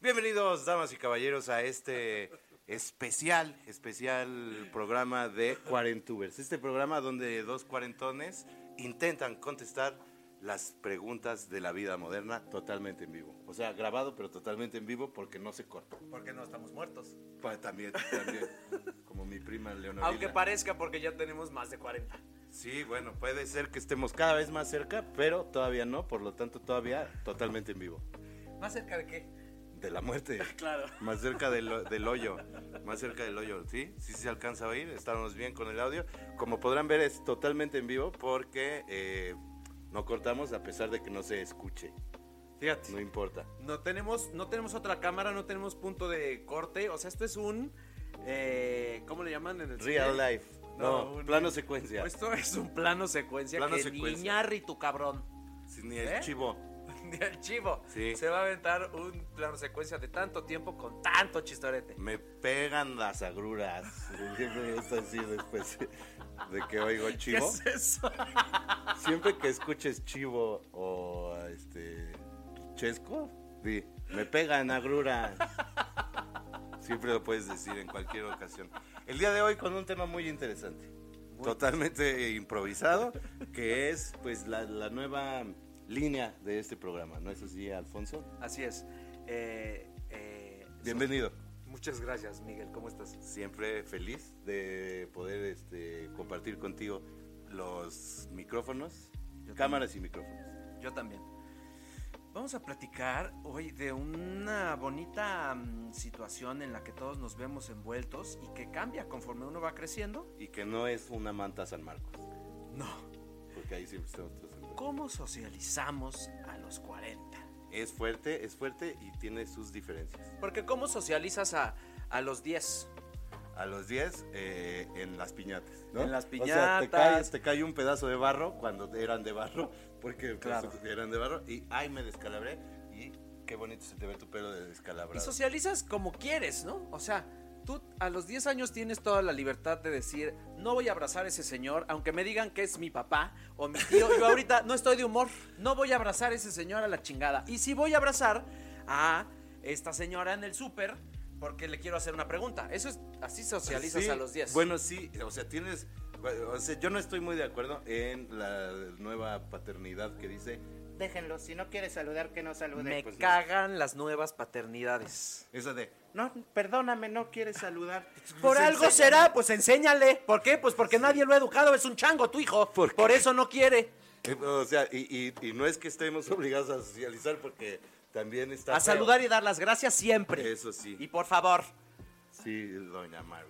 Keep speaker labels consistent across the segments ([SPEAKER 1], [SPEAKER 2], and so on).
[SPEAKER 1] Bienvenidos, damas y caballeros, a este especial, especial programa de Cuarentubers. Este programa donde dos cuarentones intentan contestar las preguntas de la vida moderna totalmente en vivo. O sea, grabado, pero totalmente en vivo porque no se corta.
[SPEAKER 2] Porque no estamos muertos.
[SPEAKER 1] Pa- También, también, como mi prima Leonor.
[SPEAKER 2] Aunque parezca porque ya tenemos más de 40.
[SPEAKER 1] Sí, bueno, puede ser que estemos cada vez más cerca, pero todavía no, por lo tanto todavía totalmente en vivo.
[SPEAKER 2] ¿Más cerca de qué?
[SPEAKER 1] De la muerte.
[SPEAKER 2] Claro.
[SPEAKER 1] Más cerca del, o- del hoyo. Más cerca del hoyo. ¿Sí? Sí se alcanza a oír. Estamos bien con el audio. Como podrán ver, es totalmente en vivo porque eh, no cortamos a pesar de que no se escuche.
[SPEAKER 2] Fíjate.
[SPEAKER 1] No importa.
[SPEAKER 2] No tenemos, no tenemos otra cámara, no tenemos punto de corte. O sea, esto es un. eh, ¿Cómo le llaman en el cine?
[SPEAKER 1] Real life. No,
[SPEAKER 2] un-
[SPEAKER 1] plano secuencia.
[SPEAKER 2] Esto es un plano secuencia
[SPEAKER 1] Plano
[SPEAKER 2] que
[SPEAKER 1] secuencia.
[SPEAKER 2] Niñarri, tu cabrón.
[SPEAKER 1] Sí, ni el
[SPEAKER 2] ¿Eh?
[SPEAKER 1] chivo.
[SPEAKER 2] Ni el chivo.
[SPEAKER 1] Sí.
[SPEAKER 2] Se va a aventar un plano secuencia de tanto tiempo con tanto chistorete.
[SPEAKER 1] Me pegan las agruras. Siempre es así después de que oigo
[SPEAKER 2] ¿Qué
[SPEAKER 1] chivo.
[SPEAKER 2] es eso?
[SPEAKER 1] Siempre que escuches chivo o este chesco, di, me pegan agruras. Siempre lo puedes decir en cualquier ocasión. El día de hoy con un tema muy interesante, totalmente improvisado, que es pues la, la nueva línea de este programa, ¿no es así, Alfonso?
[SPEAKER 2] Así es. Eh, eh,
[SPEAKER 1] Bienvenido.
[SPEAKER 2] Muchas gracias, Miguel. ¿Cómo estás?
[SPEAKER 1] Siempre feliz de poder este, compartir contigo los micrófonos,
[SPEAKER 2] Yo
[SPEAKER 1] cámaras y micrófonos.
[SPEAKER 2] Yo también. Vamos a platicar hoy de una bonita mm, situación en la que todos nos vemos envueltos y que cambia conforme uno va creciendo.
[SPEAKER 1] y que no es una manta San Marcos,
[SPEAKER 2] No.
[SPEAKER 1] porque ahí siempre estamos todos en blanco.
[SPEAKER 2] ¿Cómo socializamos a los 40?
[SPEAKER 1] Es fuerte, es fuerte y tiene sus diferencias.
[SPEAKER 2] Porque ¿cómo socializas a, a los 10?
[SPEAKER 1] A los 10, eh, en las piñatas, ¿no?
[SPEAKER 2] En las
[SPEAKER 1] O sea, te
[SPEAKER 2] piñatas.
[SPEAKER 1] cae, te cae un pedazo de barro cuando eran de barro, porque pues,
[SPEAKER 2] Claro.
[SPEAKER 1] eran de barro, y ay, me descalabré, y qué bonito se te ve tu pelo de descalabrado.
[SPEAKER 2] Y socializas como quieres, ¿no? O sea, tú a los 10 años tienes toda la libertad de decir, no voy a abrazar a ese señor, aunque me digan que es mi papá o mi tío. Yo ahorita no estoy de humor, no voy a abrazar a ese señor a la chingada. Y si voy a abrazar a esta señora en el súper, porque le quiero hacer una pregunta. Eso es, así socializas
[SPEAKER 1] Sí,
[SPEAKER 2] a los 10.
[SPEAKER 1] Bueno, sí, o sea, tienes. O sea, yo no estoy muy de acuerdo en la nueva paternidad que dice. Déjenlo, si no quiere saludar, que no salude.
[SPEAKER 2] me
[SPEAKER 1] Pues no.
[SPEAKER 2] cagan las nuevas paternidades.
[SPEAKER 1] Esa de, no, perdóname, no quieres saludar.
[SPEAKER 2] Por
[SPEAKER 1] Pues
[SPEAKER 2] algo
[SPEAKER 1] enséñame.
[SPEAKER 2] será, pues enséñale. ¿Por qué? Pues porque nadie lo ha educado, es un chango tu hijo.
[SPEAKER 1] ¿Por qué?
[SPEAKER 2] Por eso no quiere.
[SPEAKER 1] Eh, O sea, y, y- y no es que estemos obligados a socializar porque también está.
[SPEAKER 2] A
[SPEAKER 1] feo.
[SPEAKER 2] saludar y dar las gracias siempre.
[SPEAKER 1] Eso sí.
[SPEAKER 2] Y por favor.
[SPEAKER 1] Sí, doña Maru.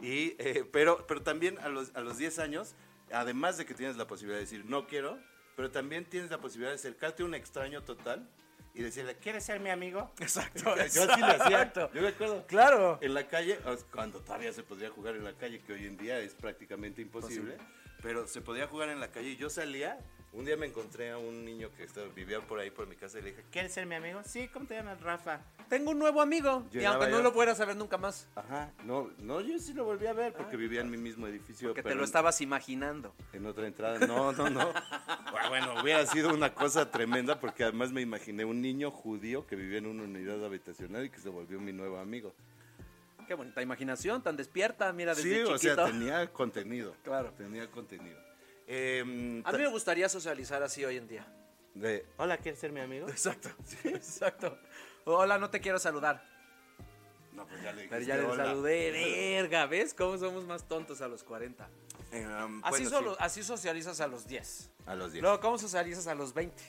[SPEAKER 1] Y, eh, pero, pero también a los, a los 10 años, además de que tienes la posibilidad de decir no quiero, pero también tienes la posibilidad de acercarte a un extraño total y decirle, ¿quieres ser mi amigo?
[SPEAKER 2] Exacto.
[SPEAKER 1] Yo así lo hacía. Yo me acuerdo.
[SPEAKER 2] Claro.
[SPEAKER 1] En la calle, o sea, cuando todavía se podría jugar en la calle, que hoy en día es prácticamente imposible, pero se podía jugar en la calle y yo salía. Un día me encontré a un niño que estaba, vivía por ahí por mi casa y le dije, ¿quieres ser mi amigo? Sí, ¿cómo te llamas? Rafa.
[SPEAKER 2] Tengo un nuevo amigo. y
[SPEAKER 1] Llegaba
[SPEAKER 2] aunque no
[SPEAKER 1] yo.
[SPEAKER 2] lo fuera a saber nunca más.
[SPEAKER 1] Ajá, no, no, yo sí lo volví a ver porque vivía en mi mismo edificio.
[SPEAKER 2] pues, Porque te
[SPEAKER 1] pero
[SPEAKER 2] lo estabas imaginando.
[SPEAKER 1] En otra entrada, no, no, no. Ah, Bueno, hubiera sido una cosa tremenda porque además me imaginé un niño judío que vivía en una unidad habitacional y que se volvió mi nuevo amigo.
[SPEAKER 2] Qué bonita imaginación, tan despierta, mira, desde
[SPEAKER 1] Sí,
[SPEAKER 2] chiquito.
[SPEAKER 1] o sea, tenía contenido.
[SPEAKER 2] Claro.
[SPEAKER 1] Tenía contenido. Em,
[SPEAKER 2] A mí me gustaría socializar así hoy en día.
[SPEAKER 1] de, Hola, ¿quieres ser mi amigo?
[SPEAKER 2] Exacto. Exacto. Hola, no te quiero saludar.
[SPEAKER 1] No, pues ya le
[SPEAKER 2] Pero
[SPEAKER 1] dijiste
[SPEAKER 2] ya les
[SPEAKER 1] hola.
[SPEAKER 2] saludé. Verga, ¿ves? ¿Cómo somos más tontos a los 40?
[SPEAKER 1] Em,
[SPEAKER 2] Así,
[SPEAKER 1] bueno,
[SPEAKER 2] solo,
[SPEAKER 1] sí,
[SPEAKER 2] así socializas a los 10.
[SPEAKER 1] A los 10.
[SPEAKER 2] Luego, ¿cómo socializas a los 20?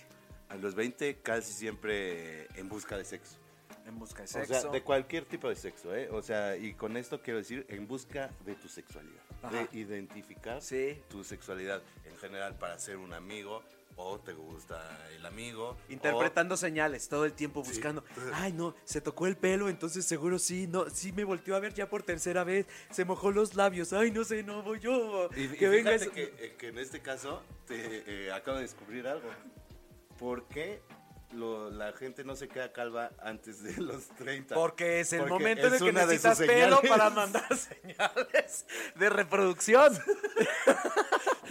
[SPEAKER 1] A los 20 casi siempre en busca de sexo.
[SPEAKER 2] En busca de
[SPEAKER 1] O
[SPEAKER 2] sexo.
[SPEAKER 1] sea, de cualquier tipo de sexo, ¿eh? O sea, y con esto quiero decir, en busca de tu sexualidad.
[SPEAKER 2] Ajá.
[SPEAKER 1] de identificar
[SPEAKER 2] Sí.
[SPEAKER 1] tu sexualidad en general para ser un amigo o te gusta el amigo. o- Oh.
[SPEAKER 2] Interpretando señales todo el tiempo buscando. Ay, no, se tocó el pelo, entonces seguro sí, no, sí me volteó a ver ya por tercera vez. Se mojó los labios. Ay, no sé, no voy yo.
[SPEAKER 1] Y, y
[SPEAKER 2] que venga
[SPEAKER 1] fíjate
[SPEAKER 2] eso-
[SPEAKER 1] que, eh, que en este caso te eh, acabo de descubrir algo. ¿Por qué lo- la gente no se queda calva antes de los 30?
[SPEAKER 2] Porque es el
[SPEAKER 1] Porque
[SPEAKER 2] momento en el
[SPEAKER 1] es
[SPEAKER 2] que
[SPEAKER 1] una de sus
[SPEAKER 2] necesitas pelo
[SPEAKER 1] señales.
[SPEAKER 2] para mandar señales de reproducción.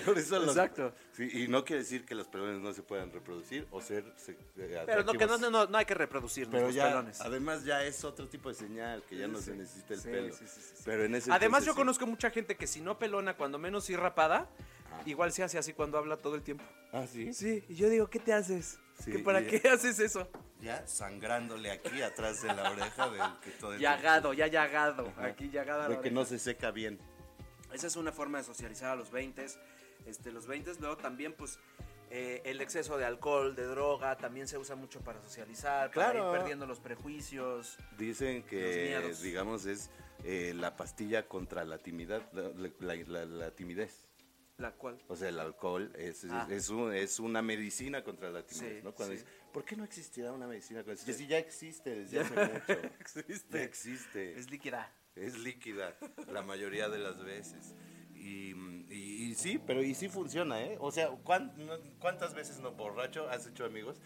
[SPEAKER 1] Por eso los-
[SPEAKER 2] Exacto.
[SPEAKER 1] Sí, y no quiere decir que los pelones no se puedan reproducir o ser se- eh,
[SPEAKER 2] Pero no, que no,
[SPEAKER 1] atractivos.
[SPEAKER 2] no, no, no hay que reproducir
[SPEAKER 1] Pero
[SPEAKER 2] los
[SPEAKER 1] ya,
[SPEAKER 2] pelones.
[SPEAKER 1] además ya es otro tipo de señal, que ya no se
[SPEAKER 2] Sí,
[SPEAKER 1] necesita el
[SPEAKER 2] sí,
[SPEAKER 1] pelo.
[SPEAKER 2] sí, sí, sí, sí.
[SPEAKER 1] Pero en ese
[SPEAKER 2] Además,
[SPEAKER 1] entonces
[SPEAKER 2] yo
[SPEAKER 1] sí.
[SPEAKER 2] conozco mucha gente que si no pelona, cuando menos sí rapada, igual se hace así cuando habla todo el tiempo.
[SPEAKER 1] Ah, sí.
[SPEAKER 2] Sí, y yo digo, ¿qué te haces?
[SPEAKER 1] Sí,
[SPEAKER 2] ¿Que ¿Para
[SPEAKER 1] y- eh,
[SPEAKER 2] qué haces eso?
[SPEAKER 1] Ya sangrándole aquí atrás de la oreja del que todo el
[SPEAKER 2] Llagado, ya llagado.
[SPEAKER 1] Ajá.
[SPEAKER 2] Aquí llagada. la
[SPEAKER 1] De que
[SPEAKER 2] oreja.
[SPEAKER 1] no se seca bien.
[SPEAKER 2] Esa es una forma de socializar a los 20. Este, los 20 luego también, pues, eh, el exceso de alcohol, de droga, también se usa mucho para socializar, para
[SPEAKER 1] Claro.
[SPEAKER 2] ir perdiendo los prejuicios.
[SPEAKER 1] Dicen
[SPEAKER 2] Los
[SPEAKER 1] que,
[SPEAKER 2] miedos.
[SPEAKER 1] digamos, es eh, la pastilla contra la timidez. La, la- la- la timidez.
[SPEAKER 2] La cual.
[SPEAKER 1] O sea, el alcohol es, es-
[SPEAKER 2] Ah.
[SPEAKER 1] es, un- es una medicina contra la timidez,
[SPEAKER 2] Sí,
[SPEAKER 1] ¿no? Cuando
[SPEAKER 2] sí.
[SPEAKER 1] dices, ¿por qué no existirá una medicina contra la timidez? ya existe desde hace mucho.
[SPEAKER 2] existe.
[SPEAKER 1] Ya existe.
[SPEAKER 2] Es líquida.
[SPEAKER 1] Es líquida la mayoría de las veces. Y, mm, y- y sí, pero y sí funciona, ¿eh? O sea, ¿cuán- no- ¿cuántas veces no borracho has hecho amigos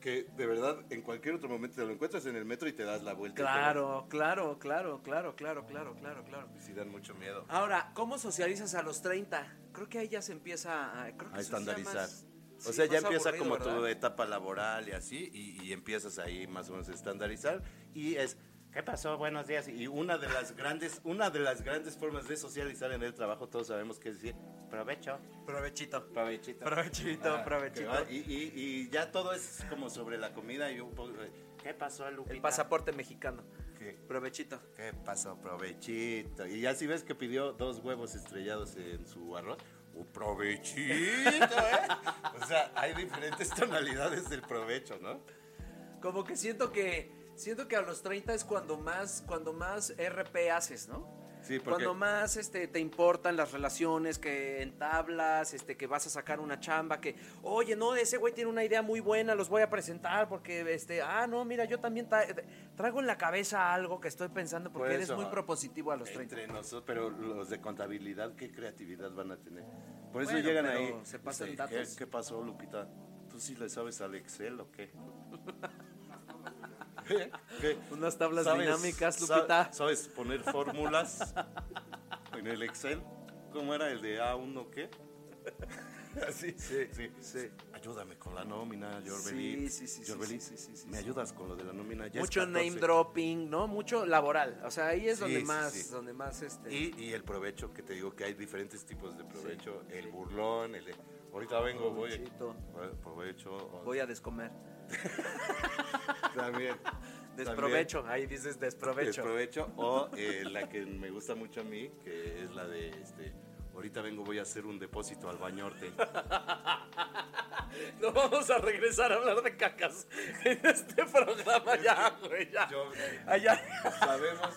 [SPEAKER 1] que de verdad en cualquier otro momento te lo encuentras en el metro y te das la vuelta? y te vas?
[SPEAKER 2] Claro, claro, claro, claro, claro, claro, claro, claro.
[SPEAKER 1] Sí dan mucho miedo.
[SPEAKER 2] Ahora, ¿cómo socializas a los 30? Creo que ahí ya se empieza a, creo que
[SPEAKER 1] a
[SPEAKER 2] eso ya
[SPEAKER 1] estandarizar.
[SPEAKER 2] más-
[SPEAKER 1] O
[SPEAKER 2] sí,
[SPEAKER 1] sea, ya
[SPEAKER 2] más
[SPEAKER 1] empieza
[SPEAKER 2] aburrido,
[SPEAKER 1] como tu
[SPEAKER 2] ¿verdad?
[SPEAKER 1] etapa laboral y así, y, y empiezas ahí más o menos a estandarizar. Y es, ¿qué pasó? Buenos días. Y una de las grandes, una de las grandes formas de socializar en el trabajo, todos sabemos que es decir, provecho,
[SPEAKER 2] Provechito.
[SPEAKER 1] provechito.
[SPEAKER 2] Provechito,
[SPEAKER 1] Ah,
[SPEAKER 2] provechito.
[SPEAKER 1] que va, Y, y- y ya todo es como sobre la comida y un poco de, ¿qué pasó, Lupita?
[SPEAKER 2] El pasaporte mexicano.
[SPEAKER 1] ¿Qué?
[SPEAKER 2] Provechito.
[SPEAKER 1] ¿Qué pasó, provechito? Y ya si ves que pidió dos huevos estrellados en su arroz, ¡un provechito, eh! O sea, hay diferentes tonalidades del provecho, ¿no?
[SPEAKER 2] Como que siento que siento que a los 30 es cuando más cuando más RP haces, ¿no?
[SPEAKER 1] Sí, porque-
[SPEAKER 2] Cuando más este, te importan las relaciones que entablas, este, que vas a sacar una chamba, que, oye, no, ese güey tiene una idea muy buena, los voy a presentar porque, este, ah, no, mira, yo también tra- traigo en la cabeza algo que estoy pensando porque
[SPEAKER 1] Por
[SPEAKER 2] eres
[SPEAKER 1] Pues eso,
[SPEAKER 2] muy propositivo a los 30.
[SPEAKER 1] Entre nosotros, pero los de contabilidad, ¿qué creatividad van a tener? Por eso
[SPEAKER 2] Bueno,
[SPEAKER 1] llegan
[SPEAKER 2] pero
[SPEAKER 1] ahí.
[SPEAKER 2] se pasan
[SPEAKER 1] ¿qué-
[SPEAKER 2] datos.
[SPEAKER 1] ¿qué, pasó, Lupita? ¿Tú sí le sabes al Excel o qué? ¿Qué? ¿Qué?
[SPEAKER 2] Unas tablas
[SPEAKER 1] ¿Sabes-
[SPEAKER 2] dinámicas,
[SPEAKER 1] sa-
[SPEAKER 2] Lupita.
[SPEAKER 1] ¿Sabes poner fórmulas en el Excel? ¿Cómo era el de A1 qué? Así, sí, sí,
[SPEAKER 2] sí.
[SPEAKER 1] Ayúdame con la nómina,
[SPEAKER 2] Sí,
[SPEAKER 1] Jorbelit.
[SPEAKER 2] sí, sí, sí,
[SPEAKER 1] Jorbelit,
[SPEAKER 2] sí, sí, sí, sí,
[SPEAKER 1] ¿Me
[SPEAKER 2] sí.
[SPEAKER 1] ayudas con lo de la nómina? Ya es
[SPEAKER 2] Mucho name
[SPEAKER 1] 14.
[SPEAKER 2] dropping, ¿no? Mucho laboral. O sea, ahí es
[SPEAKER 1] Sí,
[SPEAKER 2] donde
[SPEAKER 1] sí,
[SPEAKER 2] más,
[SPEAKER 1] sí.
[SPEAKER 2] donde más este.
[SPEAKER 1] Y, y el provecho, que te digo que hay diferentes tipos de provecho. el burlón, el de, ahorita vengo, voy.
[SPEAKER 2] Provechito.
[SPEAKER 1] Pro- Provecho. o-
[SPEAKER 2] Voy a descomer.
[SPEAKER 1] También.
[SPEAKER 2] Desprovecho. Ahí dices
[SPEAKER 1] también,
[SPEAKER 2] desprovecho.
[SPEAKER 1] Desprovecho. O eh, la que me gusta mucho a mí, que es la de, este, ahorita vengo, voy a hacer un depósito al bañorte.
[SPEAKER 2] No vamos a regresar a hablar de cacas en este programa ya, güey. Ya.
[SPEAKER 1] Yo-
[SPEAKER 2] Ah, ya.
[SPEAKER 1] sabemos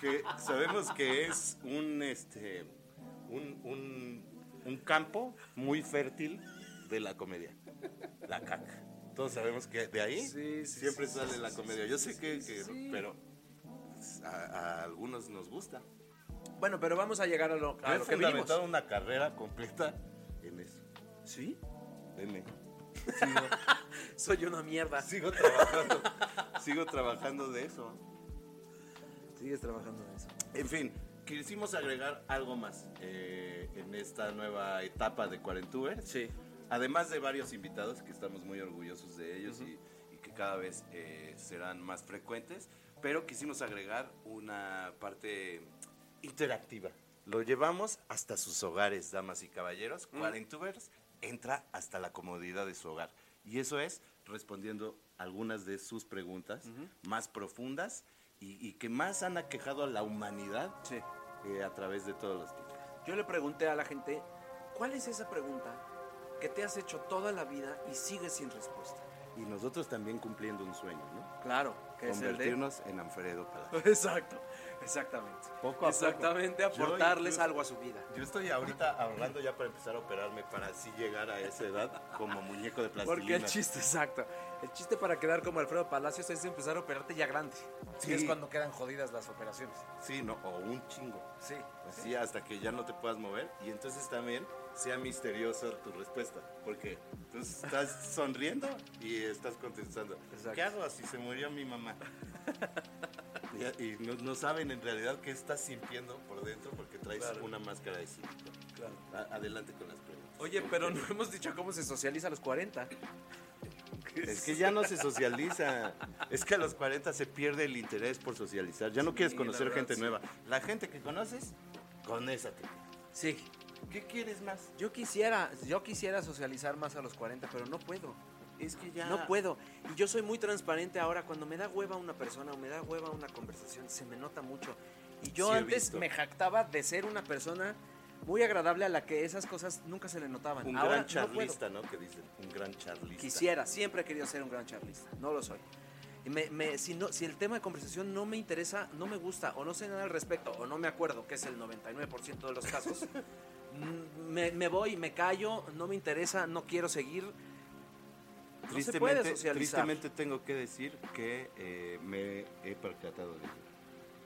[SPEAKER 1] que sabemos que es un este un, un, un campo muy fértil de la comedia la caca todos sabemos que de ahí
[SPEAKER 2] Sí, sí,
[SPEAKER 1] siempre
[SPEAKER 2] sí,
[SPEAKER 1] sale
[SPEAKER 2] sí,
[SPEAKER 1] la
[SPEAKER 2] sí,
[SPEAKER 1] comedia
[SPEAKER 2] sí,
[SPEAKER 1] yo
[SPEAKER 2] sí,
[SPEAKER 1] sé
[SPEAKER 2] sí,
[SPEAKER 1] que,
[SPEAKER 2] sí,
[SPEAKER 1] que-
[SPEAKER 2] sí.
[SPEAKER 1] pero pues, a, a algunos nos gusta
[SPEAKER 2] Bueno, pero vamos a llegar a lo,
[SPEAKER 1] Yo
[SPEAKER 2] a
[SPEAKER 1] he
[SPEAKER 2] lo que vinimos.
[SPEAKER 1] fundamentado una carrera completa en eso
[SPEAKER 2] ¿Sí?
[SPEAKER 1] en
[SPEAKER 2] Soy una mierda.
[SPEAKER 1] sigo trabajando sigo trabajando de eso
[SPEAKER 2] Sigues trabajando en eso.
[SPEAKER 1] En fin, quisimos agregar algo más eh, en esta nueva etapa de Cuarentuber.
[SPEAKER 2] Sí.
[SPEAKER 1] Además de varios invitados que estamos muy orgullosos de ellos y, y que cada vez eh, serán más frecuentes, pero quisimos agregar una parte interactiva. Lo llevamos hasta sus hogares, damas y caballeros. Cuarentubers entra hasta la comodidad de su hogar. Y eso es respondiendo algunas de sus preguntas más profundas y, y que más han aquejado a la humanidad
[SPEAKER 2] Sí.
[SPEAKER 1] eh, a través de todos los tiempos.
[SPEAKER 2] Yo le pregunté a la gente, ¿cuál es esa pregunta que te has hecho toda la vida y sigues sin respuesta?
[SPEAKER 1] Y nosotros también cumpliendo un sueño, ¿no?
[SPEAKER 2] Claro, que que es el de...
[SPEAKER 1] convertirnos en Alfredo Palacio.
[SPEAKER 2] Exacto, exactamente.
[SPEAKER 1] Poco a
[SPEAKER 2] exactamente,
[SPEAKER 1] poco. Yo
[SPEAKER 2] aportarles
[SPEAKER 1] incluso-
[SPEAKER 2] algo a su vida.
[SPEAKER 1] Yo estoy ahorita ahorrando ya para empezar a operarme para así llegar a esa edad como muñeco de plastilina.
[SPEAKER 2] Porque el chiste, exacto. El chiste para quedar como Alfredo Palacios es empezar a operarte ya grande. Sí.
[SPEAKER 1] Sí.
[SPEAKER 2] es cuando quedan jodidas las operaciones.
[SPEAKER 1] Sí, no, o un chingo.
[SPEAKER 2] Sí.
[SPEAKER 1] Así hasta que ya no te puedas mover y entonces también sea misteriosa tu respuesta, porque tú estás sonriendo y estás contestando.
[SPEAKER 2] Exacto.
[SPEAKER 1] ¿Qué hago si se murió mi mamá? Y, y no, no saben en realidad qué estás sintiendo por dentro porque traes
[SPEAKER 2] Claro.
[SPEAKER 1] una máscara de silicona.
[SPEAKER 2] Claro.
[SPEAKER 1] A- Adelante con las preguntas.
[SPEAKER 2] Oye, pero no hemos dicho cómo se socializa a los 40.
[SPEAKER 1] Es que ya no se socializa. Es que a los 40 se pierde el interés por socializar. Ya no
[SPEAKER 2] Sí,
[SPEAKER 1] quieres
[SPEAKER 2] la
[SPEAKER 1] conocer
[SPEAKER 2] verdad,
[SPEAKER 1] gente
[SPEAKER 2] sí.
[SPEAKER 1] nueva. La gente que conoces, con esa te quedas.
[SPEAKER 2] Sí.
[SPEAKER 1] ¿Qué quieres más?
[SPEAKER 2] Yo quisiera, yo quisiera socializar más a los 40, pero no puedo.
[SPEAKER 1] Es que ya
[SPEAKER 2] No puedo. Y yo soy muy transparente ahora. Cuando me da hueva una persona o me da hueva una conversación, se me nota mucho. Y yo
[SPEAKER 1] Sí, he
[SPEAKER 2] antes
[SPEAKER 1] visto.
[SPEAKER 2] me jactaba de ser una persona muy agradable a la que esas cosas nunca se le notaban.
[SPEAKER 1] Un
[SPEAKER 2] ahora
[SPEAKER 1] gran
[SPEAKER 2] no puedo.
[SPEAKER 1] charlista, ¿no? Que dicen, un gran charlista.
[SPEAKER 2] Quisiera, siempre he querido ser un gran charlista. No lo soy. Y me- me- si, no- si el tema de conversación no me interesa, no me gusta, o no sé nada al respecto, o no me acuerdo, que es el 99% de los casos, mm, me, me voy, me callo, no me interesa, no quiero seguir. No se
[SPEAKER 1] Tristemente,
[SPEAKER 2] puede socializar.
[SPEAKER 1] tristemente tengo que decir que eh, me he percatado de ello.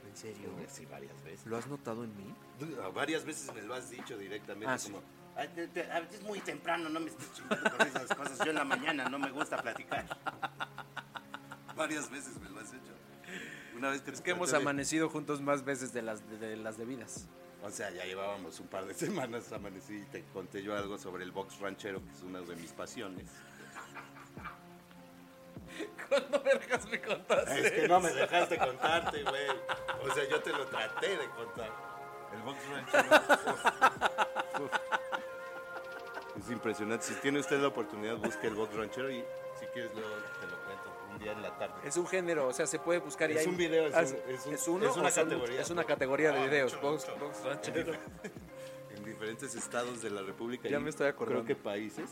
[SPEAKER 2] ¿En serio?
[SPEAKER 1] Sí, varias veces.
[SPEAKER 2] ¿Lo has notado en mí?
[SPEAKER 1] No, Varias veces me lo has dicho directamente.
[SPEAKER 2] Ah, sí.
[SPEAKER 1] como, "Ay, te- te- ay, es muy temprano, no me estés chingando con esas cosas. Yo en la mañana no me gusta platicar. Varias veces me lo has hecho. Una vez que
[SPEAKER 2] Es que hemos amanecido juntos más veces de las, de, de las debidas.
[SPEAKER 1] O sea, ya llevábamos un par de semanas, amanecí y te conté yo algo sobre el box ranchero, que es una de mis pasiones.
[SPEAKER 2] ¿Cuándo vergas me contaste?
[SPEAKER 1] Ah, Es que no me dejaste contarte, güey. O sea, yo te lo traté de contar. El box ranchero. uf, uf. Es impresionante. Si tiene usted la oportunidad, busque el box ranchero y si quieres luego te lo cuento un día en la tarde.
[SPEAKER 2] Es un género, o sea, se puede buscar y
[SPEAKER 1] Es
[SPEAKER 2] hay-
[SPEAKER 1] un video, es
[SPEAKER 2] Ah,
[SPEAKER 1] un-
[SPEAKER 2] es,
[SPEAKER 1] es un-
[SPEAKER 2] uno
[SPEAKER 1] es una
[SPEAKER 2] o son-
[SPEAKER 1] categoría.
[SPEAKER 2] es una categoría de
[SPEAKER 1] Ah,
[SPEAKER 2] videos.
[SPEAKER 1] mucho,
[SPEAKER 2] Box,
[SPEAKER 1] mucho.
[SPEAKER 2] box ranchero.
[SPEAKER 1] En diferentes estados de la República.
[SPEAKER 2] Ya
[SPEAKER 1] y
[SPEAKER 2] me estoy acordando.
[SPEAKER 1] Creo que países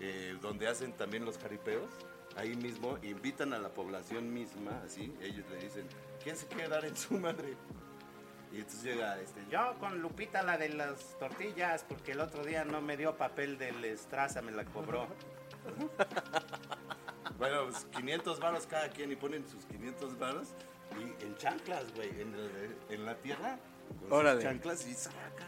[SPEAKER 1] eh, donde hacen también los jaripeos. Ahí mismo invitan a la población misma, así. Ellos le dicen, ¿quién se quiere dar en su madre? Y entonces llega este,
[SPEAKER 3] Yo con Lupita la de las tortillas, porque el otro día no me dio papel del estraza, me la cobró.
[SPEAKER 1] Bueno, pues 500 varos cada quien y ponen sus 500 varos y en chanclas, güey, en, el- en la tierra. Con
[SPEAKER 2] Órale.
[SPEAKER 1] sus chanclas y saca.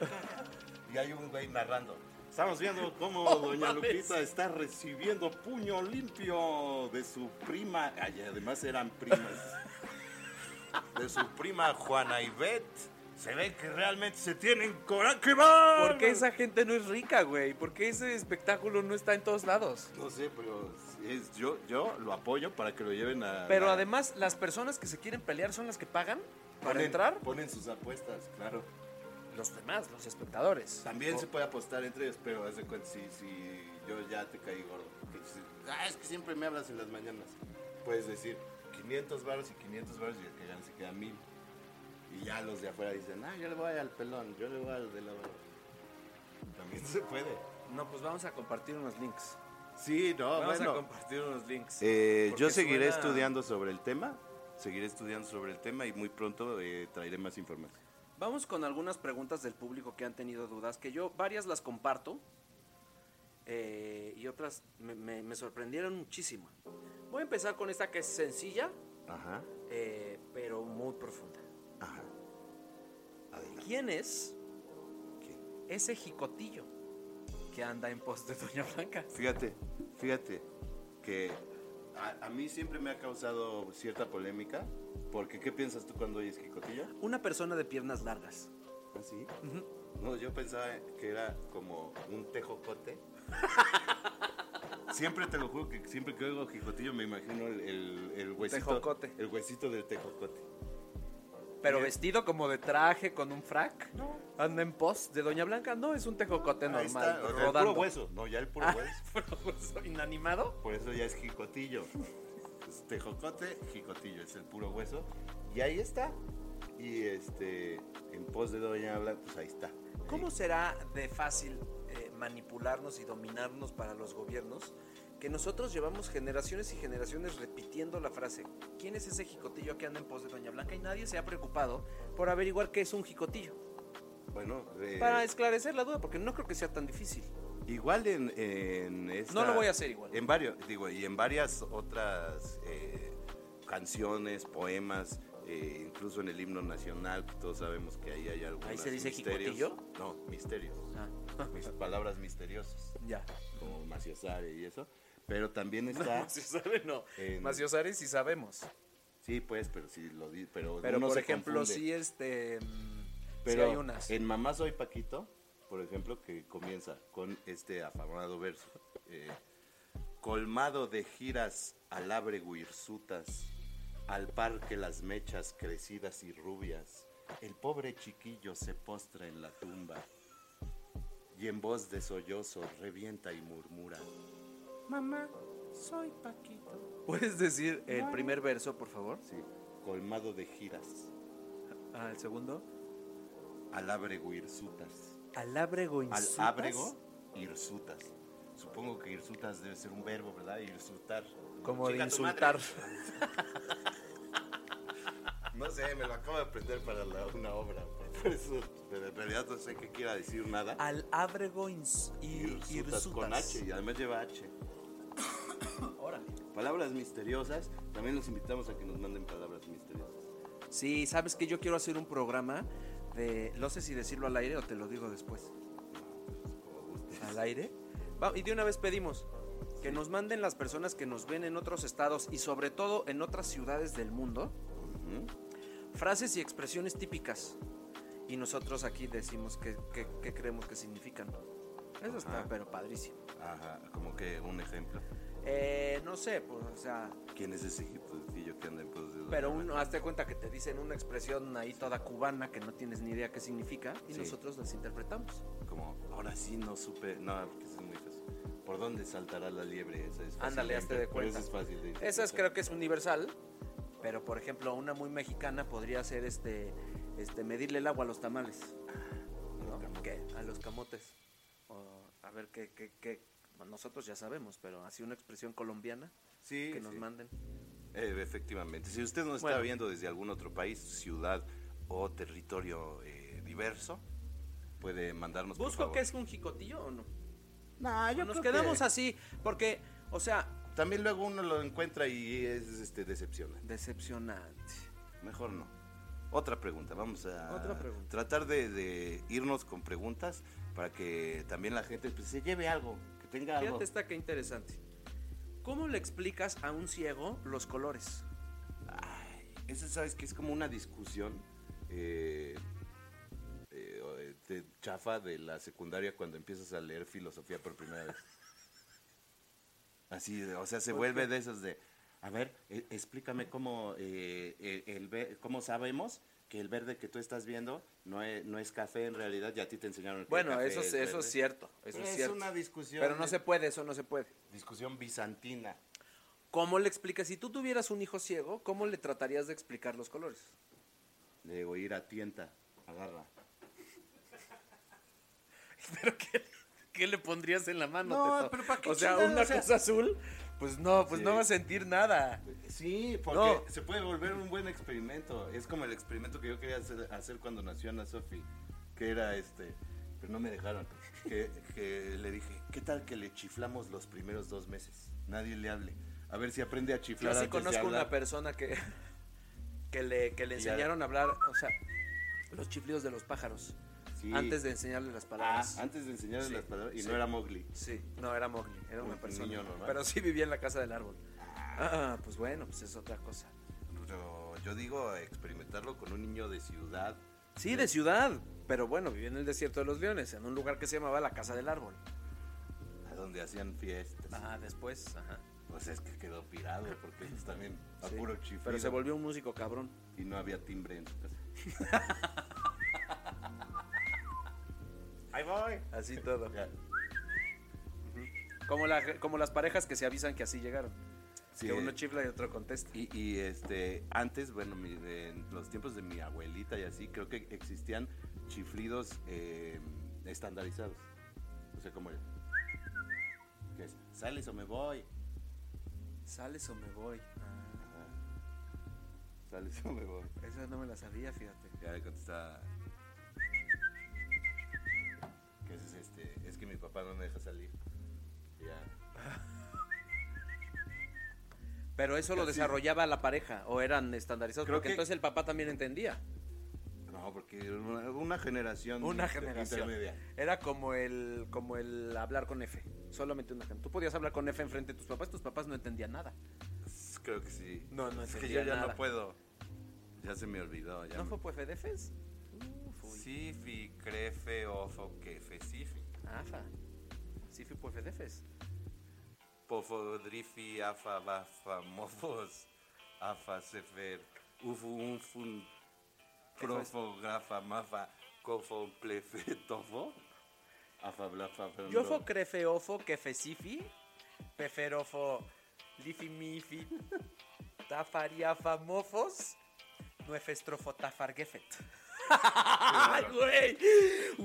[SPEAKER 1] Y hay un güey narrando. Estamos viendo cómo doña Lupita está recibiendo puño limpio de su prima. Ay, además eran primas. De su prima Juana Ivette. Se ve que realmente se tienen coraje, va.
[SPEAKER 2] ¿Por qué esa gente no es rica, güey? ¿Por qué ese espectáculo no está en todos lados?
[SPEAKER 1] No sé, pero es, yo, yo lo apoyo para que lo lleven a.
[SPEAKER 2] Pero
[SPEAKER 1] la-
[SPEAKER 2] además, las personas que se quieren pelear son las que pagan para
[SPEAKER 1] Ponen-
[SPEAKER 2] entrar.
[SPEAKER 1] Ponen sus apuestas, claro.
[SPEAKER 2] Los demás, los espectadores.
[SPEAKER 1] También
[SPEAKER 2] O-
[SPEAKER 1] se puede apostar entre ellos, pero haz de cuenta si, si yo ya te caí gordo. que si- ah, es que siempre me hablas en las mañanas. Puedes decir 500 baros y 500 baros y el que gane se queda 1000. Y ya los de afuera dicen, ah, yo le voy al pelón, yo le voy al de la También se puede.
[SPEAKER 2] No, pues vamos a compartir unos links.
[SPEAKER 1] Sí, no,
[SPEAKER 2] vamos
[SPEAKER 1] bueno.
[SPEAKER 2] a compartir unos links.
[SPEAKER 1] Eh, yo
[SPEAKER 2] Porque
[SPEAKER 1] seguiré
[SPEAKER 2] suena-
[SPEAKER 1] estudiando sobre el tema. Seguiré estudiando sobre el tema y muy pronto eh, traeré más información.
[SPEAKER 2] Vamos con algunas preguntas del público que han tenido dudas, que yo varias las comparto eh, y otras me, me- me sorprendieron muchísimo. Voy a empezar con esta que es sencilla,
[SPEAKER 1] Ajá,
[SPEAKER 2] eh, pero muy profunda.
[SPEAKER 1] ajá. Adelante.
[SPEAKER 2] ¿Quién es
[SPEAKER 1] ¿Quién?
[SPEAKER 2] ese jicotillo que anda en pos de Doña Blanca?
[SPEAKER 1] Fíjate, fíjate que a, a mí siempre me ha causado cierta polémica. Porque, ¿qué piensas tú cuando oyes Kikotilla?
[SPEAKER 2] Una persona de piernas largas.
[SPEAKER 1] ¿Así? No, yo pensaba que era como un tejocote. Siempre te lo juro que siempre que oigo jicotillo me imagino el, el- el huesito.
[SPEAKER 2] Tejocote.
[SPEAKER 1] El huesito del tejocote.
[SPEAKER 2] Pero
[SPEAKER 1] Bien.
[SPEAKER 2] vestido como de traje, con un frac. Anda en pos de Doña Blanca. No, es un tejocote
[SPEAKER 1] Ahí
[SPEAKER 2] normal.
[SPEAKER 1] está, o sea, el
[SPEAKER 2] rodando.
[SPEAKER 1] puro hueso. No, ya el puro
[SPEAKER 2] Ah,
[SPEAKER 1] hueso.
[SPEAKER 2] puro hueso inanimado.
[SPEAKER 1] Por eso ya es jicotillo. Es tejocote, jicotillo, es el puro hueso. Y ahí está. Y este, en pos de Doña Blanca, pues ahí está.
[SPEAKER 2] ¿Cómo será de fácil eh, manipularnos y dominarnos para los gobiernos que nosotros llevamos generaciones y generaciones repitiendo la frase, ¿quién es ese jicotillo que anda en pos de Doña Blanca? Y nadie se ha preocupado por averiguar qué es un jicotillo.
[SPEAKER 1] Bueno, eh,
[SPEAKER 2] Para esclarecer la duda, porque no creo que sea tan difícil.
[SPEAKER 1] igual en, en esta-
[SPEAKER 2] No lo voy a hacer igual.
[SPEAKER 1] En varios, digo, y en varias otras eh, canciones, poemas, eh, incluso en el himno nacional, que todos sabemos que ahí hay algunos
[SPEAKER 2] ¿Ahí se dice
[SPEAKER 1] misterios.
[SPEAKER 2] jicotillo?
[SPEAKER 1] No, misterios.
[SPEAKER 2] Ah,
[SPEAKER 1] Mis palabras misteriosas,
[SPEAKER 2] ya.
[SPEAKER 1] como Maciosare y eso. Pero también está...
[SPEAKER 2] Maciosare no.
[SPEAKER 1] En-
[SPEAKER 2] Maciosare sí sabemos.
[SPEAKER 1] Sí, pues, pero sí lo di- pero,
[SPEAKER 2] Pero
[SPEAKER 1] uno
[SPEAKER 2] por
[SPEAKER 1] se
[SPEAKER 2] ejemplo,
[SPEAKER 1] confunde.
[SPEAKER 2] sí este mm,
[SPEAKER 1] Pero
[SPEAKER 2] sí hay unas.
[SPEAKER 1] en Mamá soy Paquito, por ejemplo, que comienza con este afamado verso. eh, Colmado de giras, alabre guirsutas, al par que las mechas crecidas y rubias, el pobre chiquillo se postra en la tumba y en voz de sollozo revienta y murmura.
[SPEAKER 3] Mamá, soy Paquito.
[SPEAKER 2] ¿Puedes decir el primer verso, por favor?
[SPEAKER 1] Sí, colmado de giras,
[SPEAKER 2] Ah, el segundo.
[SPEAKER 1] alabre guirsutas.
[SPEAKER 2] Al ábrego
[SPEAKER 1] al
[SPEAKER 2] insultas.
[SPEAKER 1] ábrego hirsutas. Supongo que hirsutas debe ser un verbo, ¿verdad? Hirsutar.
[SPEAKER 2] Como de
[SPEAKER 3] Chica, tu
[SPEAKER 2] insultar.
[SPEAKER 1] No sé, me lo acabo de aprender para la- una obra. por eso, pero en realidad no sé qué quiera decir nada.
[SPEAKER 2] Al ábrego ins- y-
[SPEAKER 1] Hirsutas con
[SPEAKER 2] hirsutas.
[SPEAKER 1] H y además lleva H.
[SPEAKER 2] Órale.
[SPEAKER 1] Palabras misteriosas. También los invitamos a que nos manden palabras misteriosas.
[SPEAKER 2] Sí, sabes que yo quiero hacer un programa de. No sé si decirlo al aire o te lo digo después.
[SPEAKER 1] Como guste.
[SPEAKER 2] ¿Al aire? Va, y de una vez pedimos que nos manden las personas que nos ven en otros estados y sobre todo en otras ciudades del mundo
[SPEAKER 1] Ujú.
[SPEAKER 2] frases y expresiones típicas. Y nosotros aquí decimos qué que, creemos que significan. Eso está,
[SPEAKER 1] Ajá.
[SPEAKER 2] pero padrísimo.
[SPEAKER 1] Ajá, como que un ejemplo.
[SPEAKER 2] Eh, no sé, pues, o sea,
[SPEAKER 1] ¿Quién es ese egipcio que anda en pos de Doña
[SPEAKER 2] pero
[SPEAKER 1] Blanca?
[SPEAKER 2] uno, hazte cuenta que te dicen una expresión ahí toda cubana que no tienes ni idea qué significa y
[SPEAKER 1] Sí.
[SPEAKER 2] nosotros las interpretamos.
[SPEAKER 1] Como, ahora sí no supe. No, porque eso es muy fácil. ¿Por dónde saltará la liebre? Esa es fácil
[SPEAKER 2] Ándale, hazte de
[SPEAKER 1] inter- pero esa
[SPEAKER 2] cuenta.
[SPEAKER 1] es fácil de
[SPEAKER 2] Esa es,
[SPEAKER 1] interpretar.
[SPEAKER 2] creo que es universal, pero por ejemplo, una muy mexicana podría ser este, este medirle el agua a los tamales.
[SPEAKER 1] Ah,
[SPEAKER 2] ¿no? ¿Qué? A los camotes. O, a ver, ¿qué, qué, qué? Nosotros ya sabemos, pero así una expresión colombiana
[SPEAKER 1] Sí,
[SPEAKER 2] que nos
[SPEAKER 1] sí.
[SPEAKER 2] manden.
[SPEAKER 1] Eh, efectivamente. Si usted nos
[SPEAKER 2] Bueno.
[SPEAKER 1] está viendo desde algún otro país, ciudad o territorio eh, diverso, puede mandarnos. por
[SPEAKER 2] ¿Busco
[SPEAKER 1] favor.
[SPEAKER 2] que es un jicotillo o no?
[SPEAKER 1] Nah, yo
[SPEAKER 2] nos
[SPEAKER 1] creo
[SPEAKER 2] quedamos
[SPEAKER 1] que
[SPEAKER 2] así, porque, o sea,
[SPEAKER 1] También luego uno lo encuentra y es este, decepcionante.
[SPEAKER 2] decepcionante.
[SPEAKER 1] Mejor no. Otra pregunta, vamos a
[SPEAKER 2] Otra pregunta.
[SPEAKER 1] tratar de, de irnos con preguntas para que también la gente pues, se lleve algo, que tenga algo.
[SPEAKER 2] Fíjate esta que interesante. ¿Cómo le explicas a un ciego los colores?
[SPEAKER 1] Eso sabes que es como una discusión eh, eh, o, eh, de chafa de la secundaria cuando empiezas a leer filosofía por primera vez. Así, de- o sea, se vuelve de esos de, a ver, e- explícame cómo, eh, eh, el, ve- cómo sabemos que el verde que tú estás viendo no es, no es café en realidad y a ti te enseñaron que el
[SPEAKER 2] Bueno,
[SPEAKER 1] café
[SPEAKER 2] eso, es- eso es
[SPEAKER 1] verde.
[SPEAKER 2] cierto. Eso
[SPEAKER 1] Pero
[SPEAKER 2] es
[SPEAKER 1] es
[SPEAKER 2] cierto.
[SPEAKER 1] una discusión
[SPEAKER 2] Pero no
[SPEAKER 1] de-
[SPEAKER 2] se puede, eso no se puede.
[SPEAKER 1] Discusión bizantina.
[SPEAKER 2] ¿Cómo le explicas? Si tú tuvieras un hijo ciego, ¿cómo le tratarías de explicar los colores?
[SPEAKER 1] Le digo, ir a tienta, agarra.
[SPEAKER 2] ¿Pero qué, qué le pondrías en la mano?
[SPEAKER 1] No,
[SPEAKER 2] Teto?
[SPEAKER 1] pero ¿para qué
[SPEAKER 2] O sea,
[SPEAKER 1] chingados?
[SPEAKER 2] una
[SPEAKER 1] O sea-
[SPEAKER 2] cosa azul, pues no, pues
[SPEAKER 1] Sí.
[SPEAKER 2] no va a sentir nada.
[SPEAKER 1] Sí, porque se puede volver un buen experimento. Es como el experimento que yo quería hacer, hacer cuando nació Ana Sofi, que era este, pero no me dejaron. Que, que le dije, ¿qué tal que le chiflamos los primeros dos meses? Nadie le hable. A ver si aprende a
[SPEAKER 2] Yo
[SPEAKER 1] chiflar.
[SPEAKER 2] sí
[SPEAKER 1] antes de
[SPEAKER 2] conozco una
[SPEAKER 1] hablar".
[SPEAKER 2] persona que, que, le, que le
[SPEAKER 1] Y ya-
[SPEAKER 2] enseñaron a hablar, o sea, los chiflidos de los pájaros,
[SPEAKER 1] Sí.
[SPEAKER 2] antes de enseñarle las
[SPEAKER 1] Ah,
[SPEAKER 2] palabras.
[SPEAKER 1] antes de enseñarle
[SPEAKER 2] Sí,
[SPEAKER 1] las palabras. Y
[SPEAKER 2] sí.
[SPEAKER 1] no era Mowgli.
[SPEAKER 2] Sí, no, era Mowgli, era
[SPEAKER 1] Un
[SPEAKER 2] una persona.
[SPEAKER 1] niño normal.
[SPEAKER 2] pero sí vivía en la casa del árbol. Ah, pues bueno, pues es otra cosa.
[SPEAKER 1] Pero yo digo experimentarlo con un niño de ciudad.
[SPEAKER 2] Sí, de ciudad, pero bueno, vivía en el desierto de los leones, en un lugar que se llamaba la casa del árbol.
[SPEAKER 1] A donde hacían fiestas.
[SPEAKER 2] Ah, después, ajá.
[SPEAKER 1] Pues es que quedó pirado, porque ellos también a
[SPEAKER 2] Sí,
[SPEAKER 1] puro chiflido.
[SPEAKER 2] Pero se volvió un músico cabrón.
[SPEAKER 1] Y no había timbre en su casa.
[SPEAKER 3] Ahí voy.
[SPEAKER 2] Así todo.
[SPEAKER 1] Ya.
[SPEAKER 2] Como, la- como las parejas que se avisan que así llegaron.
[SPEAKER 1] Sí,
[SPEAKER 2] que uno
[SPEAKER 1] eh,
[SPEAKER 2] chifla y otro contesta.
[SPEAKER 1] Y, y, este, antes, bueno, mi- de- en los tiempos de mi abuelita y así, creo que existían chiflidos eh, estandarizados. O sea, como el. que es, sales o me voy.
[SPEAKER 2] ¿Sales o me voy? Ah,
[SPEAKER 1] Ajá. Sales o me voy.
[SPEAKER 2] esa no me la sabía, fíjate.
[SPEAKER 1] Ya le contesta. Que es este. Es que mi papá no me deja salir. Y Ya.
[SPEAKER 2] Pero eso lo desarrollaba la pareja o eran estandarizados.
[SPEAKER 1] Creo
[SPEAKER 2] porque
[SPEAKER 1] que-
[SPEAKER 2] entonces el papá también entendía.
[SPEAKER 1] No, porque una, una generación.
[SPEAKER 2] Una
[SPEAKER 1] inter-
[SPEAKER 2] generación.
[SPEAKER 1] Intermedia.
[SPEAKER 2] Era como el, como el hablar con F. Solamente una generación. Tú podías hablar con F enfrente de tus papás, tus papás no entendían nada.
[SPEAKER 1] S- Creo que sí.
[SPEAKER 2] No, no
[SPEAKER 1] Es que
[SPEAKER 2] entendía
[SPEAKER 1] yo ya
[SPEAKER 2] nada.
[SPEAKER 1] no puedo. Ya se me olvidó. Ya
[SPEAKER 2] ¿No
[SPEAKER 1] me-
[SPEAKER 2] fue pues FDFs?
[SPEAKER 1] Sifi, crefe, ofo, quefe, sifi.
[SPEAKER 2] Afa. Sí fui pues FDFs.
[SPEAKER 1] Pofo, drifi, afa, bafa, mofos, afa, sefer, ufu, unfun, profo, grafa, mafa, cofo, plefe, tofo, afa, blafa, fernando.
[SPEAKER 2] Yo fo crefeofo quefesifi, peferofo lifimifi, tafariafamofos, nuefestrofo tafargefet. ¡Ay, güey!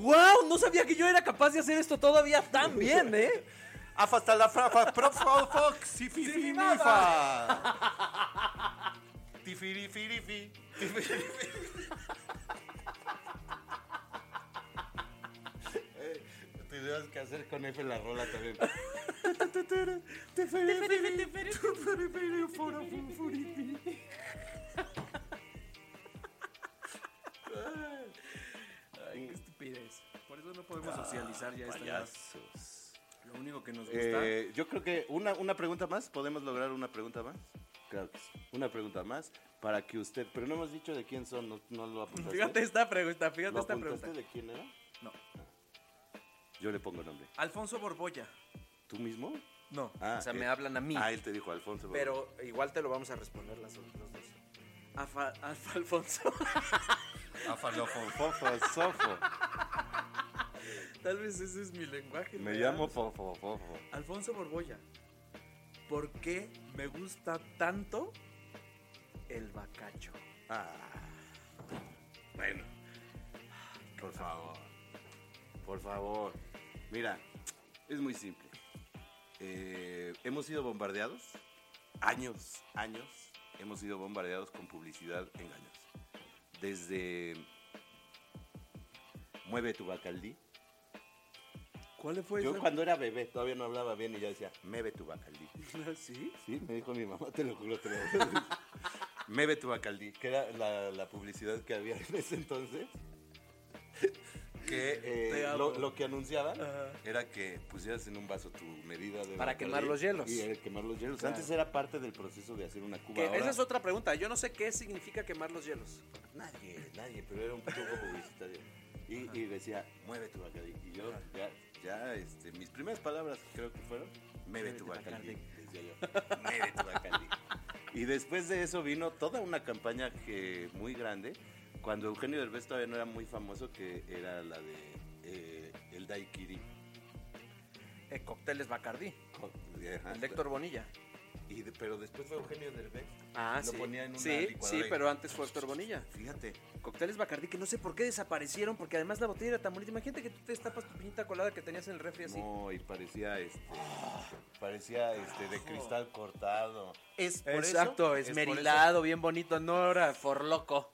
[SPEAKER 2] ¡Wow! No sabía que yo era capaz de hacer esto todavía tan bien, ¿eh?
[SPEAKER 1] Afa, hasta la frafa, profo, fox, sifi,
[SPEAKER 2] Sifi,
[SPEAKER 1] fi,
[SPEAKER 2] mafa.
[SPEAKER 1] mifa. Tifirifirifi. Eh, Tuvieras que hacer con F la rola también.
[SPEAKER 2] Ay, qué estupidez. Por eso no podemos
[SPEAKER 1] Ah,
[SPEAKER 2] socializar ya esta edad.
[SPEAKER 1] Payasos.
[SPEAKER 2] Lo único que nos gusta.
[SPEAKER 1] Eh, yo creo que una, una pregunta más, ¿podemos lograr una pregunta más? Claro que sí. Una pregunta más para que usted, pero no hemos dicho de quién son, no, no lo apuntaste.
[SPEAKER 2] Fíjate esta pregunta,
[SPEAKER 1] pues, ¿Lo
[SPEAKER 2] fíjate esta
[SPEAKER 1] apuntaste
[SPEAKER 2] pregunta.
[SPEAKER 1] de quién era?
[SPEAKER 2] No.
[SPEAKER 1] Yo le pongo nombre.
[SPEAKER 2] Alfonso Borbolla.
[SPEAKER 1] ¿Tú mismo?
[SPEAKER 2] No.
[SPEAKER 1] Ah,
[SPEAKER 2] o sea,
[SPEAKER 1] eh.
[SPEAKER 2] me hablan a mí.
[SPEAKER 1] Ah, él te dijo Alfonso.
[SPEAKER 2] Pero igual te lo vamos a responder las otras dos. Afa, Alfa Alfonso.
[SPEAKER 1] Sofo.
[SPEAKER 2] Tal vez ese es mi lenguaje.
[SPEAKER 1] Me
[SPEAKER 2] real.
[SPEAKER 1] llamo Fofo, Fofo.
[SPEAKER 2] Alfonso Borbolla. ¿Por qué me gusta tanto el bacacho?
[SPEAKER 1] Ah. Bueno. Por favor. Por favor. Mira, es muy simple. Eh, hemos sido bombardeados. Años, años. Hemos sido bombardeados con publicidad engañosa. Desde Mueve tu Bacaldí.
[SPEAKER 2] ¿Cuál fue
[SPEAKER 1] Yo
[SPEAKER 2] esa?
[SPEAKER 1] cuando era bebé todavía no hablaba bien y yo decía, Mueve tu Bacaldí.
[SPEAKER 2] ¿Ah, ¿Sí?
[SPEAKER 1] Sí, me dijo mi mamá, te lo juro, te lo juro. Mebe tu Bacaldí, que era la, la publicidad que había en ese entonces. Que eh,
[SPEAKER 2] Te amo.
[SPEAKER 1] lo, lo que anunciaban
[SPEAKER 2] Ajá.
[SPEAKER 1] era que pusieras en un vaso tu medida de.
[SPEAKER 2] Para
[SPEAKER 1] Bacardí
[SPEAKER 2] quemar los hielos.
[SPEAKER 1] Y era quemar los hielos.
[SPEAKER 2] Claro.
[SPEAKER 1] Antes era parte del proceso de hacer una cuba.
[SPEAKER 2] Que
[SPEAKER 1] ahora-
[SPEAKER 2] esa es otra pregunta. Yo no sé qué significa quemar los hielos.
[SPEAKER 1] Nadie, nadie, pero era un poco publicitario. Y, y decía, mueve tu Bacardí. Y yo, ya, ya este, mis primeras palabras creo que fueron, mueve tu Bacardí. Decía yo, mueve tu Bacardí. Y después de eso vino toda una campaña que, muy grande, cuando Eugenio Derbez todavía no era muy famoso, que era la de eh, el daiquiri.
[SPEAKER 2] Eh, cócteles Bacardí.
[SPEAKER 1] Ajá.
[SPEAKER 2] El de Héctor Bonilla.
[SPEAKER 1] Y de- pero después fue Eugenio Derbez.
[SPEAKER 2] Ah,
[SPEAKER 1] Lo
[SPEAKER 2] sí.
[SPEAKER 1] ponía en una
[SPEAKER 2] sí, sí,
[SPEAKER 1] licuadora y-
[SPEAKER 2] pero antes fue Héctor Bonilla.
[SPEAKER 1] Fíjate,
[SPEAKER 2] Cócteles Bacardí que no sé por qué desaparecieron, porque además la botella era tan bonita. Imagínate que tú te destapas tu piñita colada que tenías en el refri así.
[SPEAKER 1] no, y parecía este, parecía este de cristal cortado.
[SPEAKER 2] Es
[SPEAKER 1] por
[SPEAKER 2] Exacto,
[SPEAKER 1] eso- es por
[SPEAKER 2] esmerilado, bien bonito, no era forloco.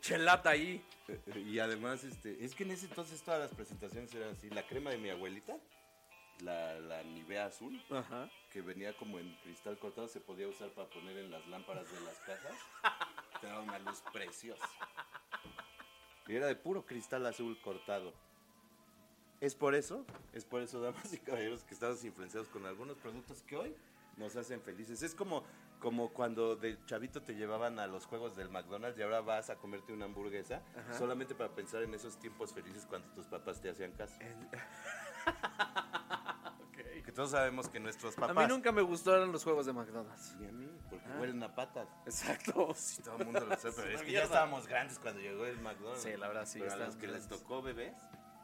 [SPEAKER 2] Chelata ahí.
[SPEAKER 1] Eh, eh, Y además, este, es que en ese entonces todas las presentaciones eran así. La crema de mi abuelita, la, la Nivea azul,
[SPEAKER 2] Ajá.
[SPEAKER 1] que venía como en cristal cortado, se podía usar para poner en las lámparas de las casas. Te daba una luz preciosa. Y era de puro cristal azul cortado. Es por eso, es por eso, damas y caballeros, que estamos influenciados con algunos productos que hoy nos hacen felices. Es como, como cuando de chavito te llevaban a los juegos del McDonald's y ahora vas a comerte una hamburguesa solamente para pensar en esos tiempos felices cuando tus papás te hacían caso. Que todos sabemos que nuestros
[SPEAKER 2] A
[SPEAKER 1] papás...
[SPEAKER 2] mí nunca me gustaron los juegos de McDonald's.
[SPEAKER 1] Ni a mí, porque huelen a patas.
[SPEAKER 2] Exacto.
[SPEAKER 1] Sí, todo el mundo lo sabe, pero es que
[SPEAKER 2] mierda.
[SPEAKER 1] ya estábamos grandes cuando llegó el McDonald's.
[SPEAKER 2] Sí, la verdad, sí,
[SPEAKER 1] Pero
[SPEAKER 2] ya
[SPEAKER 1] a los
[SPEAKER 2] estábamos
[SPEAKER 1] que les
[SPEAKER 2] grandes.
[SPEAKER 1] tocó bebés,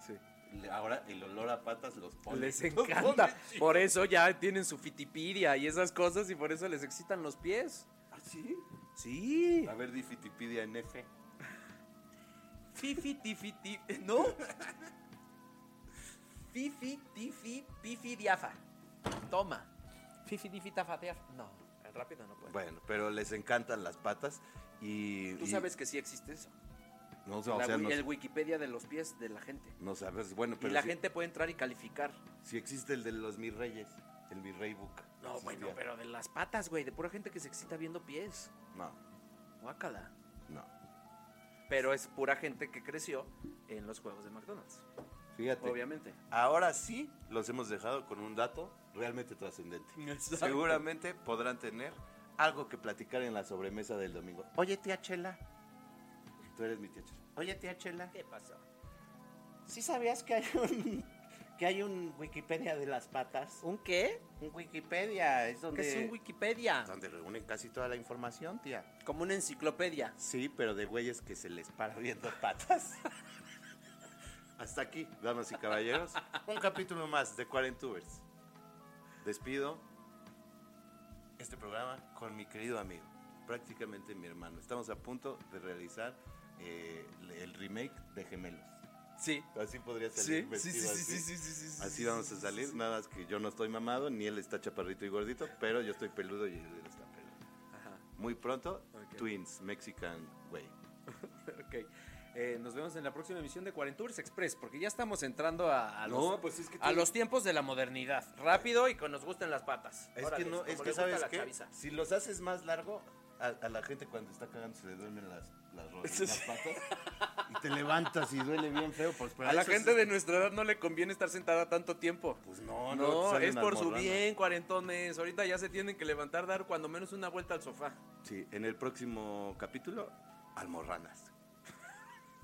[SPEAKER 2] Sí.
[SPEAKER 1] le- ahora el olor a patas los pone.
[SPEAKER 2] Les
[SPEAKER 1] los pone
[SPEAKER 2] encanta.
[SPEAKER 1] chi-
[SPEAKER 2] Por eso ya tienen su fitipidia y esas cosas y por eso les excitan los pies.
[SPEAKER 1] ¿Ah, sí?
[SPEAKER 2] Sí.
[SPEAKER 1] A ver, di Fitipidia en F.
[SPEAKER 2] Fifi, tifi, ti- ¿No? Fifi, tifi, pifi, diafa. Toma. Fifi, difi, tafatear. No, rápido no puede.
[SPEAKER 1] Bueno, pero les encantan las patas y...
[SPEAKER 2] Tú
[SPEAKER 1] y-
[SPEAKER 2] sabes que sí existe eso.
[SPEAKER 1] No, o sea,
[SPEAKER 2] La wi-
[SPEAKER 1] no,
[SPEAKER 2] El Wikipedia de los pies de la gente.
[SPEAKER 1] no sabes, bueno, pero
[SPEAKER 2] y la
[SPEAKER 1] sí-
[SPEAKER 2] gente puede entrar y calificar.
[SPEAKER 1] Si existe el de los mis reyes, el mi rey book.
[SPEAKER 2] No, bueno,
[SPEAKER 1] Existía.
[SPEAKER 2] pero de las patas, güey. De pura gente que se excita viendo pies.
[SPEAKER 1] No,
[SPEAKER 2] Guácala.
[SPEAKER 1] no.
[SPEAKER 2] Pero es pura gente que creció en los juegos de McDonald's.
[SPEAKER 1] Fíjate.
[SPEAKER 2] Obviamente.
[SPEAKER 1] Ahora sí los hemos dejado con un dato realmente trascendente.
[SPEAKER 2] Exacto.
[SPEAKER 1] Seguramente podrán tener algo que platicar en la sobremesa del domingo. Oye, tía Chela. Tú eres mi tía Chela. Oye, tía Chela.
[SPEAKER 2] ¿Qué pasó?
[SPEAKER 3] ¿Sí sabías que hay un que hay un Wikipedia de las patas?
[SPEAKER 2] ¿Un qué?
[SPEAKER 3] Un Wikipedia es donde
[SPEAKER 2] ¿Qué es un Wikipedia?
[SPEAKER 1] Donde reúnen casi toda la información, tía.
[SPEAKER 2] Como una enciclopedia.
[SPEAKER 1] Sí, pero de güeyes que se les para viendo patas. Hasta aquí, damas y caballeros. Un capítulo más de Cuarentubers. Despido este programa con mi querido amigo, prácticamente mi hermano. Estamos a punto de realizar eh, el remake de Gemelos.
[SPEAKER 2] Sí.
[SPEAKER 1] Así podría salir vestido así. Así vamos a salir, nada más que yo no estoy mamado, ni él está chaparrito y gordito, pero yo estoy peludo y él está peludo.
[SPEAKER 2] Ajá.
[SPEAKER 1] Muy pronto,
[SPEAKER 2] Ok.
[SPEAKER 1] Twins, Mexican Way.
[SPEAKER 2] Ok. Eh, nos vemos en la próxima emisión de Cuarentours Express, porque ya estamos entrando a, a
[SPEAKER 1] No,
[SPEAKER 2] los,
[SPEAKER 1] pues es que
[SPEAKER 2] a
[SPEAKER 1] tiene-
[SPEAKER 2] los tiempos de la modernidad. Rápido y con nos gustan las patas.
[SPEAKER 1] Es
[SPEAKER 2] Órale,
[SPEAKER 1] que no, es
[SPEAKER 2] como
[SPEAKER 1] que
[SPEAKER 2] le gusta
[SPEAKER 1] sabes
[SPEAKER 2] la
[SPEAKER 1] qué,
[SPEAKER 2] chaviza.
[SPEAKER 1] si los haces más largo, a, a la gente cuando está cagando se le duermen las, las rodillas, las patas, y te levantas y duele bien feo, pues para
[SPEAKER 2] A la
[SPEAKER 1] eso
[SPEAKER 2] gente
[SPEAKER 1] es-
[SPEAKER 2] de nuestra edad no le conviene estar sentada tanto tiempo.
[SPEAKER 1] Pues no, no,
[SPEAKER 2] No,
[SPEAKER 1] te salen
[SPEAKER 2] es
[SPEAKER 1] las
[SPEAKER 2] por su
[SPEAKER 1] morranas.
[SPEAKER 2] bien, cuarentones. Ahorita ya se tienen que levantar, dar cuando menos una vuelta al sofá.
[SPEAKER 1] Sí, en el próximo capítulo, almorranas.